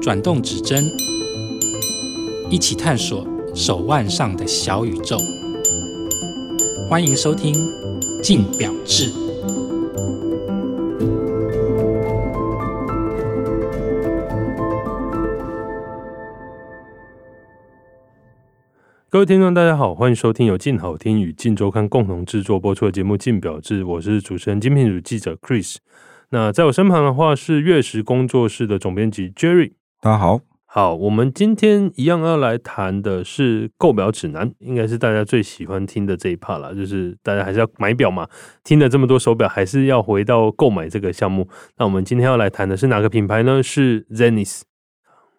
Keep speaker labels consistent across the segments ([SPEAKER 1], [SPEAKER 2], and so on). [SPEAKER 1] 转动指针，一起探索手腕上的小宇宙。欢迎收听《静表志》。
[SPEAKER 2] 各位听众，大家好，欢迎收听由静好听与静周刊共同制作播出的节目《静表志》，我是主持人精品组记者 Chris。那在我身旁的话是月食工作室的总编辑 Jerry。
[SPEAKER 3] 大家好，
[SPEAKER 2] 好，我们今天一样要来谈的是购表指南，应该是大家最喜欢听的这一 part 啦，就是大家还是要买表嘛，听了这么多手表，还是要回到购买这个项目。那我们今天要来谈的是哪个品牌呢？是 Zenith。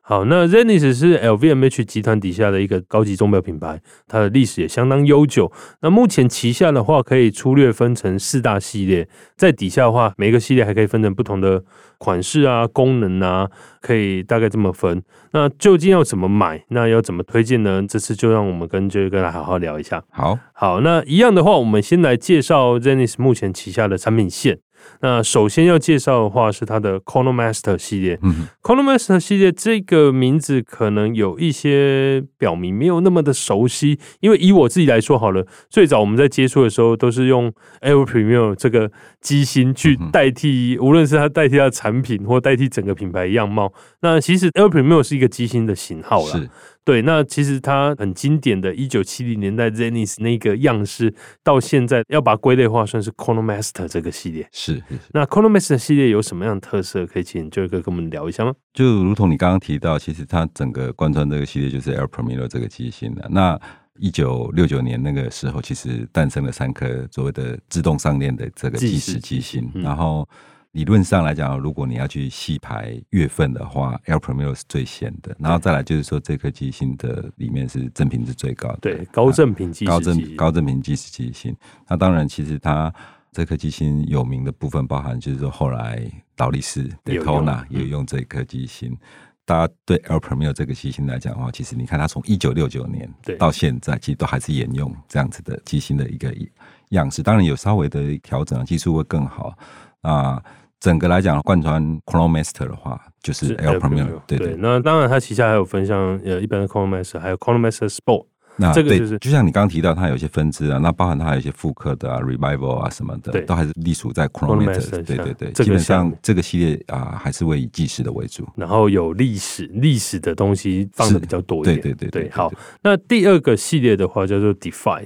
[SPEAKER 2] 好，那 Zenith 是 LVMH 集团底下的一个高级钟表品牌，它的历史也相当悠久。那目前旗下的话，可以粗略分成四大系列，在底下的话，每个系列还可以分成不同的款式啊、功能啊，可以大概这么分。那究竟要怎么买？那要怎么推荐呢？这次就让我们跟 j 哥来好好聊一下。
[SPEAKER 3] 好，
[SPEAKER 2] 好，那一样的话，我们先来介绍 Zenith 目前旗下的产品线。那首先要介绍的话是它的 Chronomaster 系列。
[SPEAKER 3] 嗯，
[SPEAKER 2] Chronomaster 系列这个名字可能有一些表迷没有那么的熟悉，因为以我自己来说好了，最早我们在接触的时候都是用 Air Premium 这个机芯去代替，无论是它代替它的产品或代替整个品牌样貌。那其实 Air Premium 是一个机芯的型号啦，
[SPEAKER 3] 是，
[SPEAKER 2] 对，那其实它很经典的1970年代 Zenith 那个样式，到现在要把它归类化算是 Chronomaster 这个系列。
[SPEAKER 3] 是是是，
[SPEAKER 2] 那 Chronomaster 系列有什么样的特色？可以请 j e r 哥跟我们聊一下吗？
[SPEAKER 3] 就如同你刚刚提到，其实它整个贯穿这个系列就是 El Primero 这个机型的、那一九六九年那个时候，其实诞生了三颗所谓的自动上链的这个
[SPEAKER 2] 计
[SPEAKER 3] 计
[SPEAKER 2] 时
[SPEAKER 3] 时机型，
[SPEAKER 2] 嗯
[SPEAKER 3] 然后。理论上来讲，如果你要去细排月份的话，El Primero 是最先的，然后再来就是说这颗机芯的里面是正品是最高的，
[SPEAKER 2] 对，高正品计
[SPEAKER 3] 啊高
[SPEAKER 2] 时
[SPEAKER 3] 正
[SPEAKER 2] 机，
[SPEAKER 3] 高正平计时机芯。那当然，其实它这颗机芯有名的部分，包含就是说后来劳力士
[SPEAKER 2] 也有
[SPEAKER 3] Daytona
[SPEAKER 2] 用
[SPEAKER 3] 也用这颗机芯。大家对 El Primero 这个机芯来讲的话，其实你看它从一九六九年
[SPEAKER 2] 对
[SPEAKER 3] 到现在，其实都还是沿用这样子的机芯的一个样式。当然有稍微的调整，技术会更好。啊，整个来讲，贯穿 Chronomaster 的话，就是 El Primero，对对
[SPEAKER 2] 对，。那当然，它旗下还有分像呃一般的 Chronomaster，还有 Chronomaster Sport。
[SPEAKER 3] 那
[SPEAKER 2] 这个
[SPEAKER 3] 对
[SPEAKER 2] 就是
[SPEAKER 3] 就像你刚刚提到，它有一些分支啊，那包含它有一些复刻的啊、revival 啊什么
[SPEAKER 2] 对
[SPEAKER 3] 的，都还是隶属在
[SPEAKER 2] Chronomaster
[SPEAKER 3] chronometer 对。对
[SPEAKER 2] 下
[SPEAKER 3] 对对，
[SPEAKER 2] 这个
[SPEAKER 3] 基本
[SPEAKER 2] 项
[SPEAKER 3] 上
[SPEAKER 2] 目
[SPEAKER 3] 这个系列啊，还是会以计时的为主。
[SPEAKER 2] 然后有历史历史的东西放的
[SPEAKER 3] 是
[SPEAKER 2] 比较多一
[SPEAKER 3] 对
[SPEAKER 2] 点。
[SPEAKER 3] 对对
[SPEAKER 2] 对，好。那第二个系列的话叫做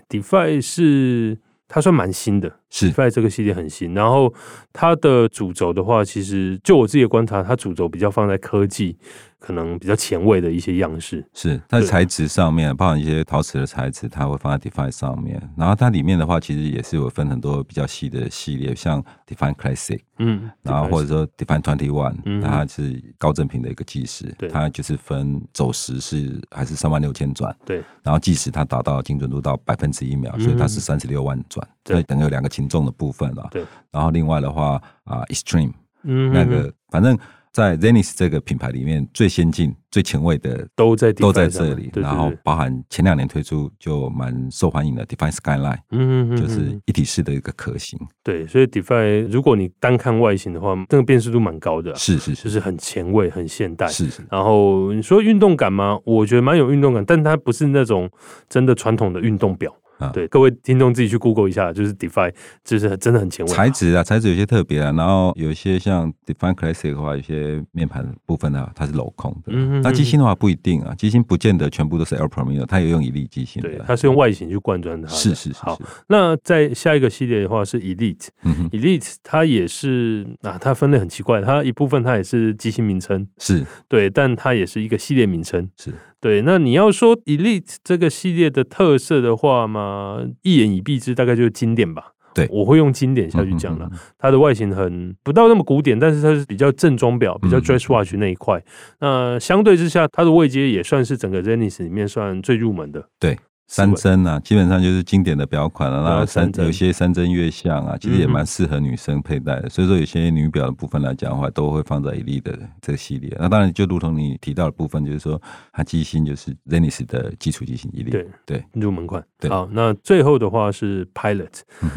[SPEAKER 2] Defy，Defy 是它算蛮新的
[SPEAKER 3] 是
[SPEAKER 2] ，Defy 这个系列很新。然后它的主轴的话，其实就我自己的观察，它主轴比较放在科技，可能比较前卫的一些样式。
[SPEAKER 3] 是，它的
[SPEAKER 2] 对
[SPEAKER 3] 材质上面，包含一些陶瓷的材质，它会放在 Define 上面。然后它里面的话，其实也是有分很多比较细的系列，像 Define Classic，
[SPEAKER 2] 嗯，
[SPEAKER 3] 然后或者说 Define Twenty
[SPEAKER 2] 嗯
[SPEAKER 3] One，它是高正品的一个计时
[SPEAKER 2] 对，
[SPEAKER 3] 它就是分走时是还是三万六千转，
[SPEAKER 2] 对，
[SPEAKER 3] 然后计时它达到精准度到百分之一秒，所以它是三十六万转，
[SPEAKER 2] 嗯对
[SPEAKER 3] 所以等于有两个轻重的部分啊。
[SPEAKER 2] 对，
[SPEAKER 3] 然后另外的话啊，Extreme
[SPEAKER 2] 嗯
[SPEAKER 3] 那
[SPEAKER 2] 嗯嗯
[SPEAKER 3] 个，反正在 Zenith 这个品牌里面最先进、最前卫的
[SPEAKER 2] 都在 Defy
[SPEAKER 3] 都在
[SPEAKER 2] 上
[SPEAKER 3] 这
[SPEAKER 2] 面
[SPEAKER 3] 里，
[SPEAKER 2] 对对
[SPEAKER 3] 然后
[SPEAKER 2] 对
[SPEAKER 3] 包含前两年推出就蛮受欢迎的 Define Skyline，
[SPEAKER 2] 嗯嗯嗯，
[SPEAKER 3] 就是一体式的一个壳型，
[SPEAKER 2] 对，所以 DeFi 如果你单看外形的话，那个辨识度蛮高的啊、
[SPEAKER 3] 是是
[SPEAKER 2] 就是啊是很前卫、很现代。
[SPEAKER 3] 是是，
[SPEAKER 2] 然后你说运动感吗？我觉得蛮有运动感，但它不是那种真的传统的运动表。
[SPEAKER 3] 啊
[SPEAKER 2] 对，各位听众自己去 Google 一下，就是 DeFi，就是真的很前卫啊。
[SPEAKER 3] 材质啊，材质有些特别啊，然后有一些像 Define Classic 的话，有些面盘部分啊，它是镂空的。
[SPEAKER 2] 嗯嗯
[SPEAKER 3] 那
[SPEAKER 2] 嗯
[SPEAKER 3] 机芯的话不一定啊，机芯不见得全部都是 El Primero，它也用一粒机芯
[SPEAKER 2] 对
[SPEAKER 3] 的，啊。
[SPEAKER 2] 它是用外形去贯穿它的。
[SPEAKER 3] 是是是
[SPEAKER 2] 好
[SPEAKER 3] 是，，
[SPEAKER 2] 那在下一个系列的话是 Elite，Elite、
[SPEAKER 3] 嗯哼，
[SPEAKER 2] Elite 它也是啊，它分类很奇怪，它一部分它也是机芯名称，
[SPEAKER 3] 是
[SPEAKER 2] 对，但它也是一个系列名称。
[SPEAKER 3] 是
[SPEAKER 2] 对，那你要说 Elite 这个系列的特色的话嘛，一言以蔽之，大概就是经典吧。
[SPEAKER 3] 对
[SPEAKER 2] 我会用经典下去讲了。
[SPEAKER 3] 嗯嗯嗯
[SPEAKER 2] 它的外形很不到那么古典，但是它是比较正装表，比较
[SPEAKER 3] 嗯
[SPEAKER 2] dress watch 那一块。那相对之下，它的位阶也算是整个 Zenith 里面算最入门的。
[SPEAKER 3] 对，三针啊，基本上就是经典的表款了、
[SPEAKER 2] 对啊
[SPEAKER 3] 啊。那
[SPEAKER 2] 三
[SPEAKER 3] 三
[SPEAKER 2] 针嗯
[SPEAKER 3] 有些三针月相啊，其实也蛮适合女生佩戴的。所以说，有些女表的部分来讲的话，都会放在一粒的这个系列。那当然，就如同你提到的部分，就是说它机芯就是 Zenis 的基础机芯一粒。
[SPEAKER 2] 对
[SPEAKER 3] 对，
[SPEAKER 2] 入门款。
[SPEAKER 3] 对
[SPEAKER 2] 好，那最后的话是 Pilot，Pilot
[SPEAKER 3] 嗯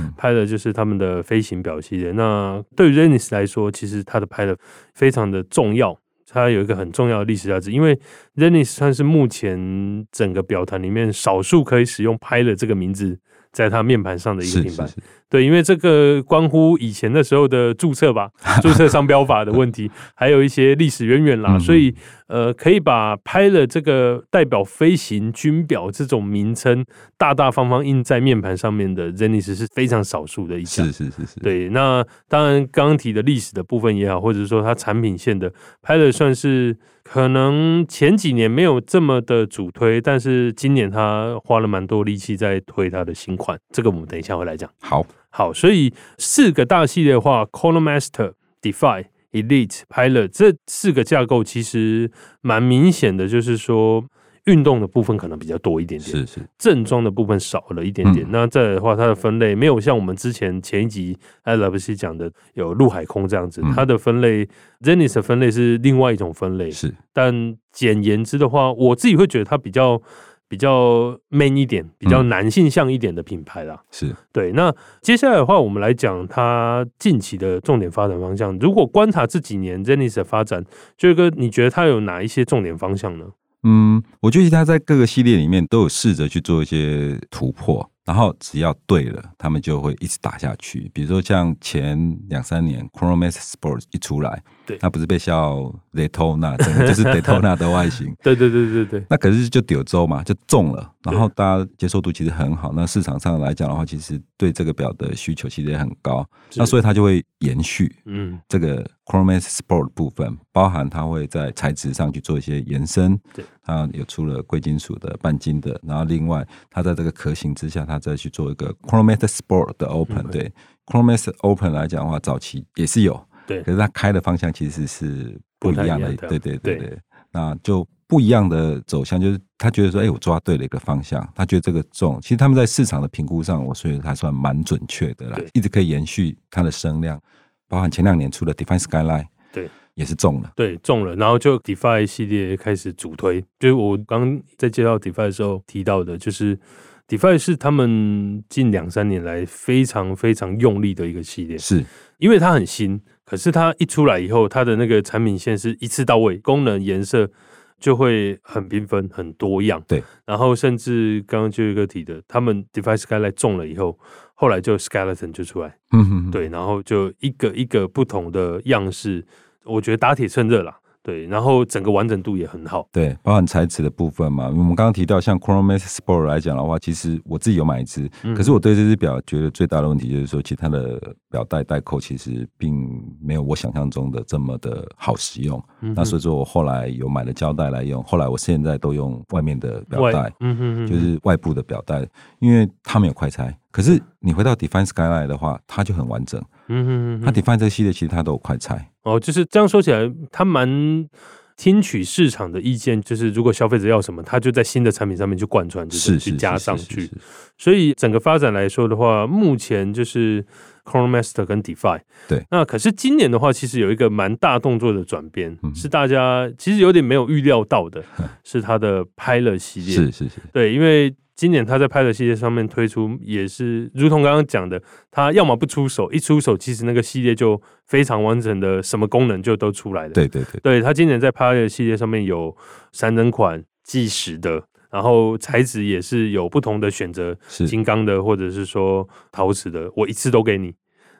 [SPEAKER 3] 哼
[SPEAKER 2] 就是他们的飞行表系列。那对于 Renis 来说，其实它的 Pilot 非常的重要。它有一个很重要的历史价值，因为 Renis 算是目前整个表坛里面少数可以使用 Pilot 这个名字在它面盘上的一个
[SPEAKER 3] 是
[SPEAKER 2] 品牌
[SPEAKER 3] 是。是，
[SPEAKER 2] 对，因为这个关乎以前的时候的注册吧，注册商标法的问题，还有一些历史渊源啦，
[SPEAKER 3] 嗯
[SPEAKER 2] 所以呃，可以把拍了这个代表飞行军表这种名称大大方方印在面盘上面的 Zenis 是非常少数的一家。
[SPEAKER 3] 是是是是，
[SPEAKER 2] 对，那当然刚刚提的历史的部分也好，或者说它产品线的拍的算是可能前几年没有这么的主推，但是今年它花了蛮多力气在推它的新款，这个我们等一下会来讲。
[SPEAKER 3] 好，
[SPEAKER 2] 好，所以四个大系列的话 c o l o m Master、Defy、Elite、Pilot 这四个架构其实蛮明显的，就是说运动的部分可能比较多一点点，
[SPEAKER 3] 是是，
[SPEAKER 2] 正装的部分少了一点点。
[SPEAKER 3] 嗯
[SPEAKER 2] 那再来的话，它的分类没有像我们之前前一集 a l e x 讲的有陆海空这样子，
[SPEAKER 3] 嗯
[SPEAKER 2] 它的分类 Zenis 的分类是另外一种分类。
[SPEAKER 3] 是
[SPEAKER 2] 但简言之的话，我自己会觉得它比较比较 man 一点，比较
[SPEAKER 3] 嗯
[SPEAKER 2] 男性向一点的品牌啦。
[SPEAKER 3] 是，
[SPEAKER 2] 对，那接下来的话，我们来讲它近期的重点发展方向。如果观察这几年 Zenis 的发展，就是哥，你觉得它有哪一些重点方向呢？
[SPEAKER 3] 嗯，我觉得他在各个系列里面都有试着去做一些突破，然后只要对了，他们就会一直打下去。比如说像前两三年 Chromax Sports 一出来，
[SPEAKER 2] 对
[SPEAKER 3] 那不是被笑 Daytona，整 个就是 Daytona 的外形。
[SPEAKER 2] 对对对对对，
[SPEAKER 3] 那可是就柳州嘛，就中了，
[SPEAKER 2] 对
[SPEAKER 3] 然后大家接受度其实很好。那市场上来讲的话，其实对这个表的需求其实也很高，那啊所
[SPEAKER 2] 以
[SPEAKER 3] 以它就会延续。
[SPEAKER 2] 嗯，
[SPEAKER 3] 这个 Chromax Sport 部分，包含它会在材质上去做一些延伸，
[SPEAKER 2] 对，
[SPEAKER 3] 它有出了贵金属的、半金的，然后另外它在这个壳型之下，它再去做一个 Chromax Sport 的 Open，、
[SPEAKER 2] 嗯
[SPEAKER 3] 对，Chromax Open 来讲的话，早期也是有，
[SPEAKER 2] 对
[SPEAKER 3] 可是它开的方向其实是不一样
[SPEAKER 2] 不太一
[SPEAKER 3] 的，
[SPEAKER 2] 样
[SPEAKER 3] 对对
[SPEAKER 2] 对
[SPEAKER 3] 对对，那就。不一样的走向，就是他觉得说，哎、我抓对了一个方向，他觉得这个重。其实他们在市场的评估上，我觉得还算蛮准确的啦
[SPEAKER 2] 对，
[SPEAKER 3] 一直可以延续它的声量。包含前两年出的 Define Skyline，
[SPEAKER 2] 对，
[SPEAKER 3] 也是中了。
[SPEAKER 2] 对，中了，然后就 DeFi 系列开始主推，就是我刚在介绍 DeFi 的时候提到的，就是 DeFi 是他们近两三年来非常非常用力的一个系列，
[SPEAKER 3] 是
[SPEAKER 2] 因为它很新，可是它一出来以后，它的那个产品线是一次到位，功能、颜色就会很缤纷、很多样。
[SPEAKER 3] 对，
[SPEAKER 2] 然后甚至刚刚就有一个提的，他们 Device Skyline 中了以后，后来就 Skeleton 就出来，
[SPEAKER 3] 嗯哼哼，
[SPEAKER 2] 对，然后就一个一个不同的样式，我觉得打铁趁热啦。对，然后整个完整度也很好。
[SPEAKER 3] 对，包含材质的部分嘛。我们刚刚提到，像 Chromax Sport 来讲的话，其实我自己有买一只，
[SPEAKER 2] 嗯
[SPEAKER 3] 可是我对这只表觉得最大的问题就是说，其实它的表带带扣其实并没有我想象中的这么的好使用。
[SPEAKER 2] 嗯哼
[SPEAKER 3] 那所以说我后来有买了胶带来用，后来我现在都用外面的表
[SPEAKER 2] 外
[SPEAKER 3] 带。
[SPEAKER 2] 嗯哼哼，
[SPEAKER 3] 欸就是外部的表带，因为它没有快拆。可是你回到 Define Skyline 的话，它就很完整。
[SPEAKER 2] 嗯哼哼
[SPEAKER 3] 它
[SPEAKER 2] 哼，
[SPEAKER 3] Define 这个系列其实它都有快拆，
[SPEAKER 2] 哦，就是这样说起来，他蛮听取市场的意见，就是如果消费者要什么，他就在新的产品上面去贯穿，就是是
[SPEAKER 3] 是
[SPEAKER 2] 去加
[SPEAKER 3] 是是
[SPEAKER 2] 上
[SPEAKER 3] 是
[SPEAKER 2] 去
[SPEAKER 3] 是。
[SPEAKER 2] 所以整个发展来说的话，目前就是 Chrome Master 跟 Defi。
[SPEAKER 3] 对，
[SPEAKER 2] 那可是今年的话，其实有一个蛮大动作的转变，
[SPEAKER 3] 嗯
[SPEAKER 2] 是大家其实有点没有预料到的，是它的 Pilot 系列。
[SPEAKER 3] 是是是，
[SPEAKER 2] 对，因为今年他在拍的系列上面推出，也是如同刚刚讲的，他要么不出手，一出手其实那个系列就非常完整的，什么功能就都出来了。，
[SPEAKER 3] 对对对，
[SPEAKER 2] 对他今年在拍的系列上面有三针款、计时的，然后材质也是有不同的选择，
[SPEAKER 3] 是
[SPEAKER 2] 金刚的或者是说陶瓷的，我一次都给你。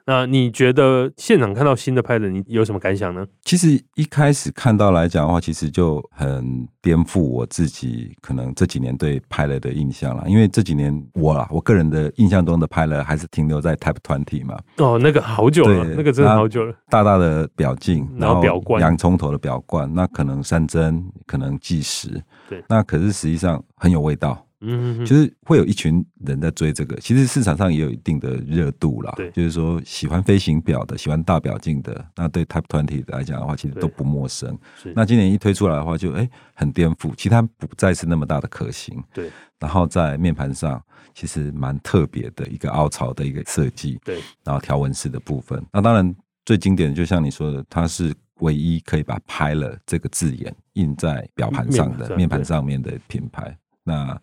[SPEAKER 2] 那你觉得现场看到新的拍的，你有什么感想呢？
[SPEAKER 3] 其实一开始看到来讲的话，其实就很颠覆我自己可能这几年对拍了的印象了。因为这几年我啦，我个人的印象中的拍了还是停留在 Type Twenty 嘛，
[SPEAKER 2] 哦，那个好久了，
[SPEAKER 3] 对
[SPEAKER 2] 那个真的
[SPEAKER 3] 那
[SPEAKER 2] 好久了。
[SPEAKER 3] 大大的表镜，
[SPEAKER 2] 嗯然后表冠
[SPEAKER 3] 洋葱头的表冠，那可能山针，可能计时，
[SPEAKER 2] 对
[SPEAKER 3] 那可是实际上很有味道。
[SPEAKER 2] 嗯哼，
[SPEAKER 3] 就是会有一群人在追这个。其实市场上也有一定的热度啦，
[SPEAKER 2] 对
[SPEAKER 3] 就是说喜欢飞行表的、喜欢大表镜的，那对 Type Twenty 来讲的话，其实
[SPEAKER 2] 对
[SPEAKER 3] 都不陌生。
[SPEAKER 2] 是
[SPEAKER 3] 那今年一推出来的话就，哎很颠覆，其实它不再是那么大的可行。
[SPEAKER 2] 对
[SPEAKER 3] 然后在面盘上其实蛮特别的一个凹槽的一个设计，
[SPEAKER 2] 对
[SPEAKER 3] 然后条纹式的部分。那当然最经典的，就像你说的，它是唯一可以把“拍了”这个字眼印在表盘上的
[SPEAKER 2] 面
[SPEAKER 3] 面
[SPEAKER 2] 盘上
[SPEAKER 3] 盘上面的品牌。那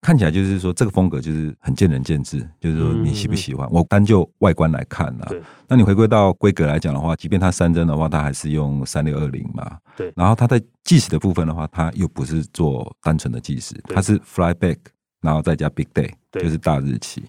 [SPEAKER 3] 看起来就是说，这个风格就是很见仁见智，就是说你喜不喜欢。我单就外观来看啊，
[SPEAKER 2] 嗯对
[SPEAKER 3] 那你回归到规格来讲的话，即便它三针的话，它还是用三六二零嘛。
[SPEAKER 2] 对
[SPEAKER 3] 然后它在计时的部分的话，它又不是做单纯的计时，
[SPEAKER 2] 对
[SPEAKER 3] 它是 flyback，然后再加 big day，
[SPEAKER 2] 对
[SPEAKER 3] 就是大日期。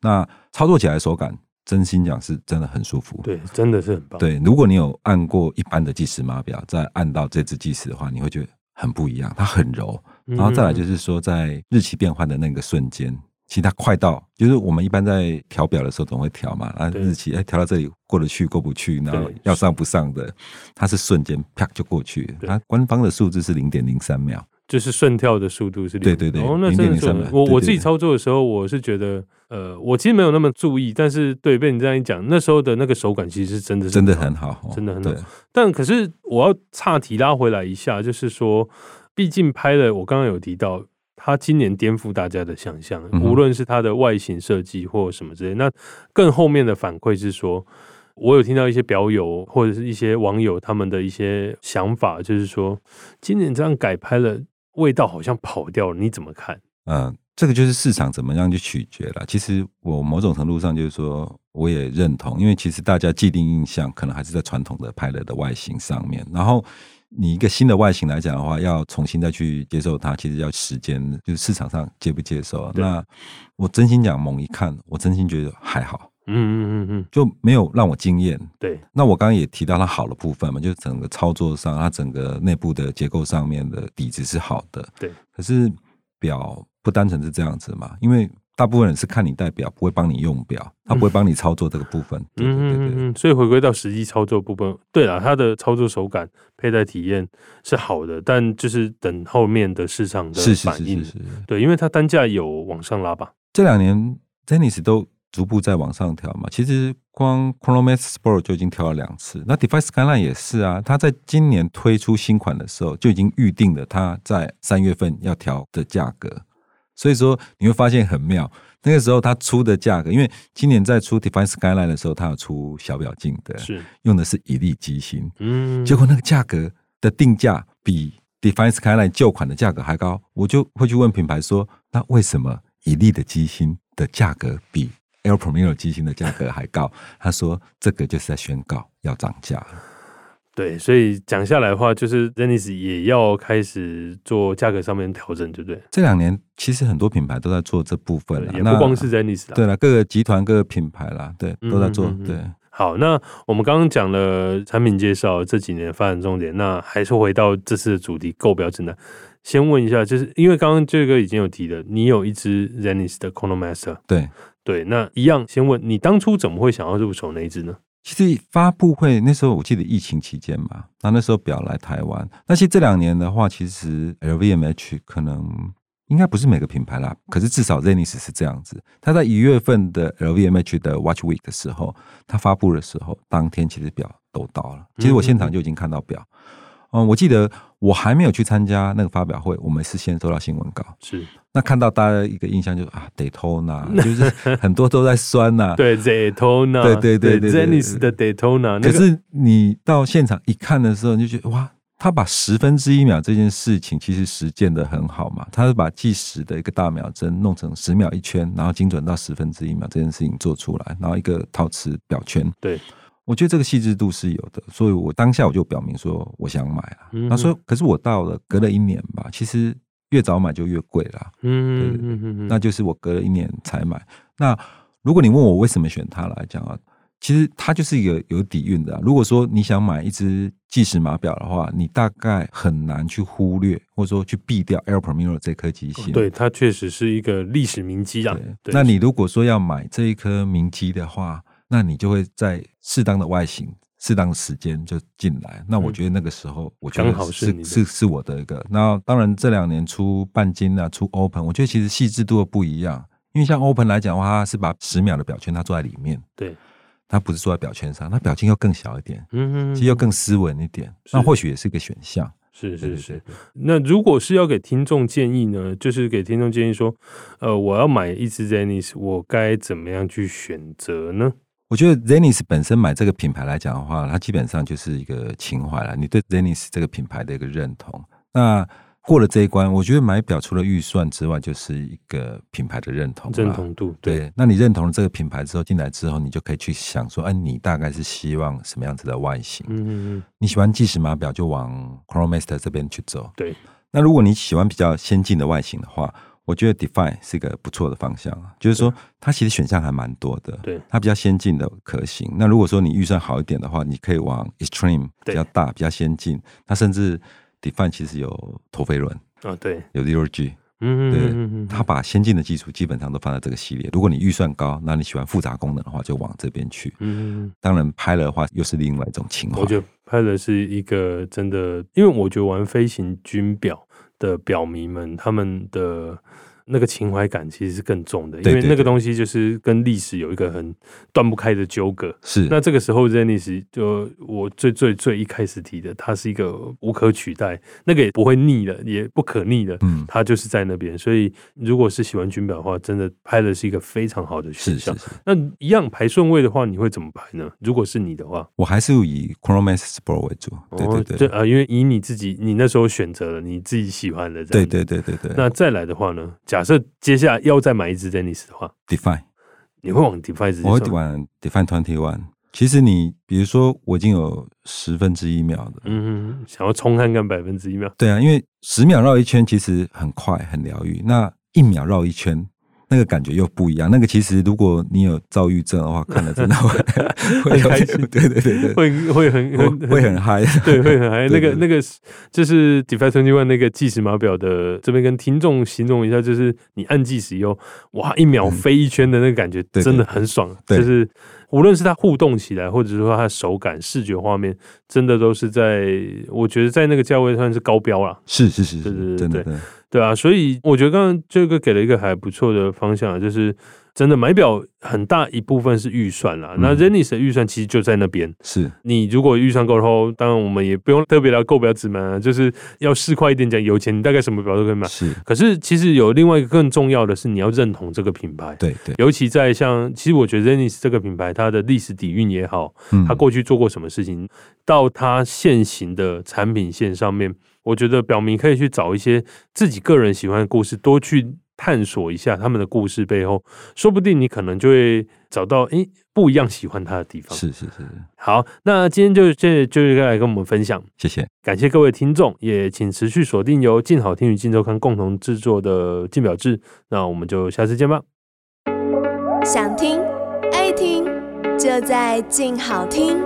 [SPEAKER 3] 那操作起来的手感，真心讲是真的很舒服。
[SPEAKER 2] 对，真的是很棒。
[SPEAKER 3] 对，如果你有按过一般的计时码表，再按到这只计时的话，你会觉得很不一样，它很柔。
[SPEAKER 2] 嗯，
[SPEAKER 3] 然后再来就是是说，在日期变换的那个瞬间，其实它快到，就是我们一般在调表的时候总会调嘛，然后
[SPEAKER 2] 对
[SPEAKER 3] 日期哎调到这里过得去过不去，然后
[SPEAKER 2] 对
[SPEAKER 3] 要上不上的，它是瞬间啪就过去了。
[SPEAKER 2] 对
[SPEAKER 3] 它官方的数字是零点零三秒，
[SPEAKER 2] 就是顺跳的速度是
[SPEAKER 3] 对对对
[SPEAKER 2] 哦，那真的是
[SPEAKER 3] 0.03嘛
[SPEAKER 2] 我
[SPEAKER 3] 对对
[SPEAKER 2] 我自己
[SPEAKER 3] 对
[SPEAKER 2] 操作的时候，我是觉得呃，我其实没有那么注意，但是对被你这样一讲，那时候的那个手感其实是真的是
[SPEAKER 3] 真的
[SPEAKER 2] 好
[SPEAKER 3] 很好哦，
[SPEAKER 2] 真的很好
[SPEAKER 3] 对，
[SPEAKER 2] 但可是我要岔题拉回来一下，就是说，毕竟拍了，我刚刚有提到，它今年颠覆大家的想象，
[SPEAKER 3] 嗯哼
[SPEAKER 2] 无论是它的外形设计或什么之类。那更后面的反馈是说，我有听到一些表友或者是一些网友他们的一些想法，就是说，今年这样改拍了，味道好像跑掉了，你怎么看？
[SPEAKER 3] 嗯，这个就是市场怎么样去取决了。其实我某种程度上就是说，我也认同，因为其实大家既定印象可能还是在传统的拍了的外形上面，然后。你一个新的外形来讲的话，要重新再去接受它，其实要时间，就是市场上接不接受。啊
[SPEAKER 2] 对
[SPEAKER 3] 那我真心讲，猛一看，我真心觉得还好，
[SPEAKER 2] 嗯嗯嗯嗯，
[SPEAKER 3] 就没有让我惊艳。
[SPEAKER 2] 对
[SPEAKER 3] 那我刚刚也提到它好的部分嘛，就是整个操作上，它整个内部的结构上面的底子是好的。
[SPEAKER 2] 对，
[SPEAKER 3] 可是表不单纯是这样子嘛，因为大部分人是看你戴表，不会帮你用表，他不会帮你操作这个部分。对对对
[SPEAKER 2] 嗯
[SPEAKER 3] 对
[SPEAKER 2] 嗯嗯，所以回归到实际操作部分，对了，它的操作手感、佩戴体验是好的，但就是等后面的市场的
[SPEAKER 3] 是是
[SPEAKER 2] 反
[SPEAKER 3] 是
[SPEAKER 2] 应，
[SPEAKER 3] 是是。
[SPEAKER 2] 对，因为它单价有往上拉吧，
[SPEAKER 3] 这两年 Dennis 都逐步在往上调嘛，其实光 Chronomax Sport 就已经调了两次，那 Device Skyline 也是啊，它在今年推出新款的时候就已经预定了它在三月份要调的价格，所以说你会发现很妙，那个时候它出的价格，因为今年在出 Device Skyline 的时候，它有出小表镜的，
[SPEAKER 2] 是，
[SPEAKER 3] 用的是一粒机芯，
[SPEAKER 2] 嗯，
[SPEAKER 3] 结果那个价格的定价比 Define Skyline 旧款的价格还高，我就会去问品牌说，那为什么一粒的机芯的价格比 Air Premier 机芯的价格还高？他说这个就是在宣告要涨价了。
[SPEAKER 2] 对，所以讲下来的话，就是 Dennis 也要开始做价格上面调整，对不对？
[SPEAKER 3] 这两年其实很多品牌都在做这部分了，
[SPEAKER 2] 也
[SPEAKER 3] 那
[SPEAKER 2] 不光是 Dennis 啦，
[SPEAKER 3] 对了，各个集团、各个品牌啦，对，
[SPEAKER 2] 嗯
[SPEAKER 3] 都在做。
[SPEAKER 2] 嗯嗯
[SPEAKER 3] 对，
[SPEAKER 2] 好，那我们刚刚讲了产品介绍这几年的发展重点，那还是回到这次的主题购表指南。先问一下，就是因为刚刚这个已经有提了，你有一支 Zenis 的 Chronomaster，
[SPEAKER 3] 对。
[SPEAKER 2] 对，那一样先问你当初怎么会想要入手那一支呢？
[SPEAKER 3] 其实发布会那时候我记得疫情期间嘛，那那时候表来台湾。那其实这两年的话，其实 LVMH 可能应该不是每个品牌啦，可是至少 Zenis 是这样子。他在一月份的 LVMH 的 Watch Week 的时候，他发布的时候，当天其实表都到了。其实我现场就已经看到表。嗯，我记得我还没有去参加那个发表会，我们是先收到新闻稿。
[SPEAKER 2] 是
[SPEAKER 3] 那看到大家一个印象就是啊，得偷呐，就是很多都在酸呐、
[SPEAKER 2] 对 Daytona，
[SPEAKER 3] 啊对对对对对
[SPEAKER 2] Zenis 的 Daytona，那个
[SPEAKER 3] 可是你到现场一看的时候，你就觉得哇，他把十分之一秒这件事情其实实践的很好嘛，他是把计时的一个大秒针弄成十秒一圈，然后精准到十分之一秒这件事情做出来，然后一个陶瓷表圈，
[SPEAKER 2] 对
[SPEAKER 3] 我觉得这个细致度是有的，所以我当下我就表明说我想买了。
[SPEAKER 2] 嗯
[SPEAKER 3] 他说，可是我到了隔了一年吧，其实越早买就越贵啦。
[SPEAKER 2] 嗯
[SPEAKER 3] 对
[SPEAKER 2] 嗯嗯
[SPEAKER 3] 那就是我隔了一年才买。那如果你问我为什么选它来讲啊，其实它就是一个有底蕴的啊、如果说你想买一只计时码表的话，你大概很难去忽略或者说去避掉 Air Premier 这颗机芯。
[SPEAKER 2] 对，它确实是一个历史名机啊
[SPEAKER 3] 对，
[SPEAKER 2] 对
[SPEAKER 3] 那你如果说要买这一颗明基的话，那你就会在适当的外形。适当的时间就进来。那我觉得那个时候，我觉
[SPEAKER 2] 嗯刚好
[SPEAKER 3] 得
[SPEAKER 2] 是你的
[SPEAKER 3] 是是是我的一个。那当然这两年出半金啊，出 Open，我觉得其实细致度不一样。因为像 Open 来讲的话，它是把十秒的表圈它坐在里面，
[SPEAKER 2] 对，
[SPEAKER 3] 它不是坐在表圈上，它表情要更小一点，
[SPEAKER 2] 嗯
[SPEAKER 3] 其实要更斯文一点。
[SPEAKER 2] 是
[SPEAKER 3] 那或许也是一个选项。
[SPEAKER 2] 是
[SPEAKER 3] 对
[SPEAKER 2] 是
[SPEAKER 3] 对
[SPEAKER 2] 是
[SPEAKER 3] 对。
[SPEAKER 2] 那如果是要给听众建议呢，就是给听众建议说，呃，我要买一支 Zenith，我该怎么样去选择呢？
[SPEAKER 3] 我觉得 Zenis 本身买这个品牌来讲的话，它基本上就是一个情怀了，你对 Zenis 这个品牌的一个认同。那过了这一关，我觉得买表除了预算之外，就是一个品牌的认同啦。
[SPEAKER 2] 认同度，对，
[SPEAKER 3] 对，那你认同了这个品牌之后，进来之后，你就可以去想说，哎、你大概是希望什么样子的外形？
[SPEAKER 2] 嗯嗯嗯，
[SPEAKER 3] 你喜欢计时码表，就往 Chronomaster 这边去走。
[SPEAKER 2] 对，
[SPEAKER 3] 那如果你喜欢比较先进的外形的话，我觉得 Define 是一个不错的方向啊，就是说它其实选项还蛮多的，
[SPEAKER 2] 对
[SPEAKER 3] 它比较先进的可行。那如果说你预算好一点的话，你可以往 Extreme 比
[SPEAKER 2] 对
[SPEAKER 3] 较大、比较先进，它甚至 Define 其实有头飞轮，
[SPEAKER 2] 啊对，
[SPEAKER 3] 有 Zero G，
[SPEAKER 2] 嗯
[SPEAKER 3] 对
[SPEAKER 2] 嗯嗯
[SPEAKER 3] 它把先进的技术基本上都放在这个系列。如果你预算高，那你喜欢复杂功能的话，就往这边去。
[SPEAKER 2] 嗯，
[SPEAKER 3] 当然拍了的话，又是另外一种情况
[SPEAKER 2] 我。觉得拍的是一个真的，因为我觉得玩飞行军表的表迷们，他们的那个情怀感其实是更重的，因
[SPEAKER 3] 对
[SPEAKER 2] 为
[SPEAKER 3] 对
[SPEAKER 2] 那个
[SPEAKER 3] 对
[SPEAKER 2] 东西就是跟历史有一个很断不开的纠葛。
[SPEAKER 3] 是，
[SPEAKER 2] 那这个时候 z e n i s 就我最最最一开始提的，它是一个无可取代，那个也不会腻的，也不可逆的，
[SPEAKER 3] 嗯，
[SPEAKER 2] 它就是在那边。所以如果是喜欢军表的话，真的拍的是一个非常好的选
[SPEAKER 3] 是是
[SPEAKER 2] 项。
[SPEAKER 3] 是。
[SPEAKER 2] 那一样排顺位的话，你会怎么排呢？如果是你的话，
[SPEAKER 3] 我还是以 Chronomaster Pro 为主。对对
[SPEAKER 2] 哦，
[SPEAKER 3] 对
[SPEAKER 2] 这啊、因为以你自己，你那时候选择了你自己喜欢的，
[SPEAKER 3] 对。对对对对。
[SPEAKER 2] 那再来的话呢？假设接下来要再买一支 z e n i s 的话，
[SPEAKER 3] Define，
[SPEAKER 2] 你会往 Defy 直接
[SPEAKER 3] 我
[SPEAKER 2] 上
[SPEAKER 3] 会玩 Define Twenty One。其实你比如说，我已经有十分之一秒的，
[SPEAKER 2] 嗯，想要冲看看百分之一秒，
[SPEAKER 3] 对啊，因为十秒绕一圈其实很快很疗愈，那一秒绕一圈。那个感觉又不一样。那个其实，如果你有躁郁症的话，看了真的会会 有
[SPEAKER 2] 很开
[SPEAKER 3] 点
[SPEAKER 2] 心
[SPEAKER 3] 对对对对，
[SPEAKER 2] 会会很
[SPEAKER 3] 会
[SPEAKER 2] 很
[SPEAKER 3] 会很嗨。
[SPEAKER 2] 对，会很嗨。那
[SPEAKER 3] 对
[SPEAKER 2] 个
[SPEAKER 3] 对
[SPEAKER 2] 那个是就是 Defy Twenty One 那个计时码表的，这边跟听众形容一下，就是你按计时以后，哇，一秒飞一圈的那个感觉，
[SPEAKER 3] 嗯对
[SPEAKER 2] 真的很爽。
[SPEAKER 3] 对
[SPEAKER 2] 就是无论是它互动起来，或者是说它的手感、视觉画面，真的都是在我觉得在那个价位算是高标啦。
[SPEAKER 3] 是是是
[SPEAKER 2] 对对对
[SPEAKER 3] 是，真的
[SPEAKER 2] 对
[SPEAKER 3] 真的
[SPEAKER 2] 对啊，所以我觉得刚刚这个给了一个还不错的方向啊，就是真的买表很大一部分是预算啦。
[SPEAKER 3] 嗯
[SPEAKER 2] 那 Rennies 的预算其实就在那边。
[SPEAKER 3] 是
[SPEAKER 2] 你如果预算够的话，当然我们也不用特别聊购表指南啊，就是要市侩一点讲，有钱你大概什么表都可以买。
[SPEAKER 3] 是，
[SPEAKER 2] 可是其实有另外一个更重要的是，你要认同这个品牌。
[SPEAKER 3] 对对，
[SPEAKER 2] 尤其在像，其实我觉得 Zenis 这个品牌，它的历史底蕴也好，
[SPEAKER 3] 嗯
[SPEAKER 2] 它过去做过什么事情，到它现行的产品线上面，我觉得表明可以去找一些自己个人喜欢的故事，多去探索一下他们的故事背后，说不定你可能就会找到诶不一样喜欢它的地方。
[SPEAKER 3] 是是是，是
[SPEAKER 2] 好，那今天就这就是来跟我们分享，
[SPEAKER 3] 谢谢，
[SPEAKER 2] 感谢各位听众，也请持续锁定由静好听与静周刊共同制作的静表志，那我们就下次见吧。
[SPEAKER 4] 想听爱听，就在静好听。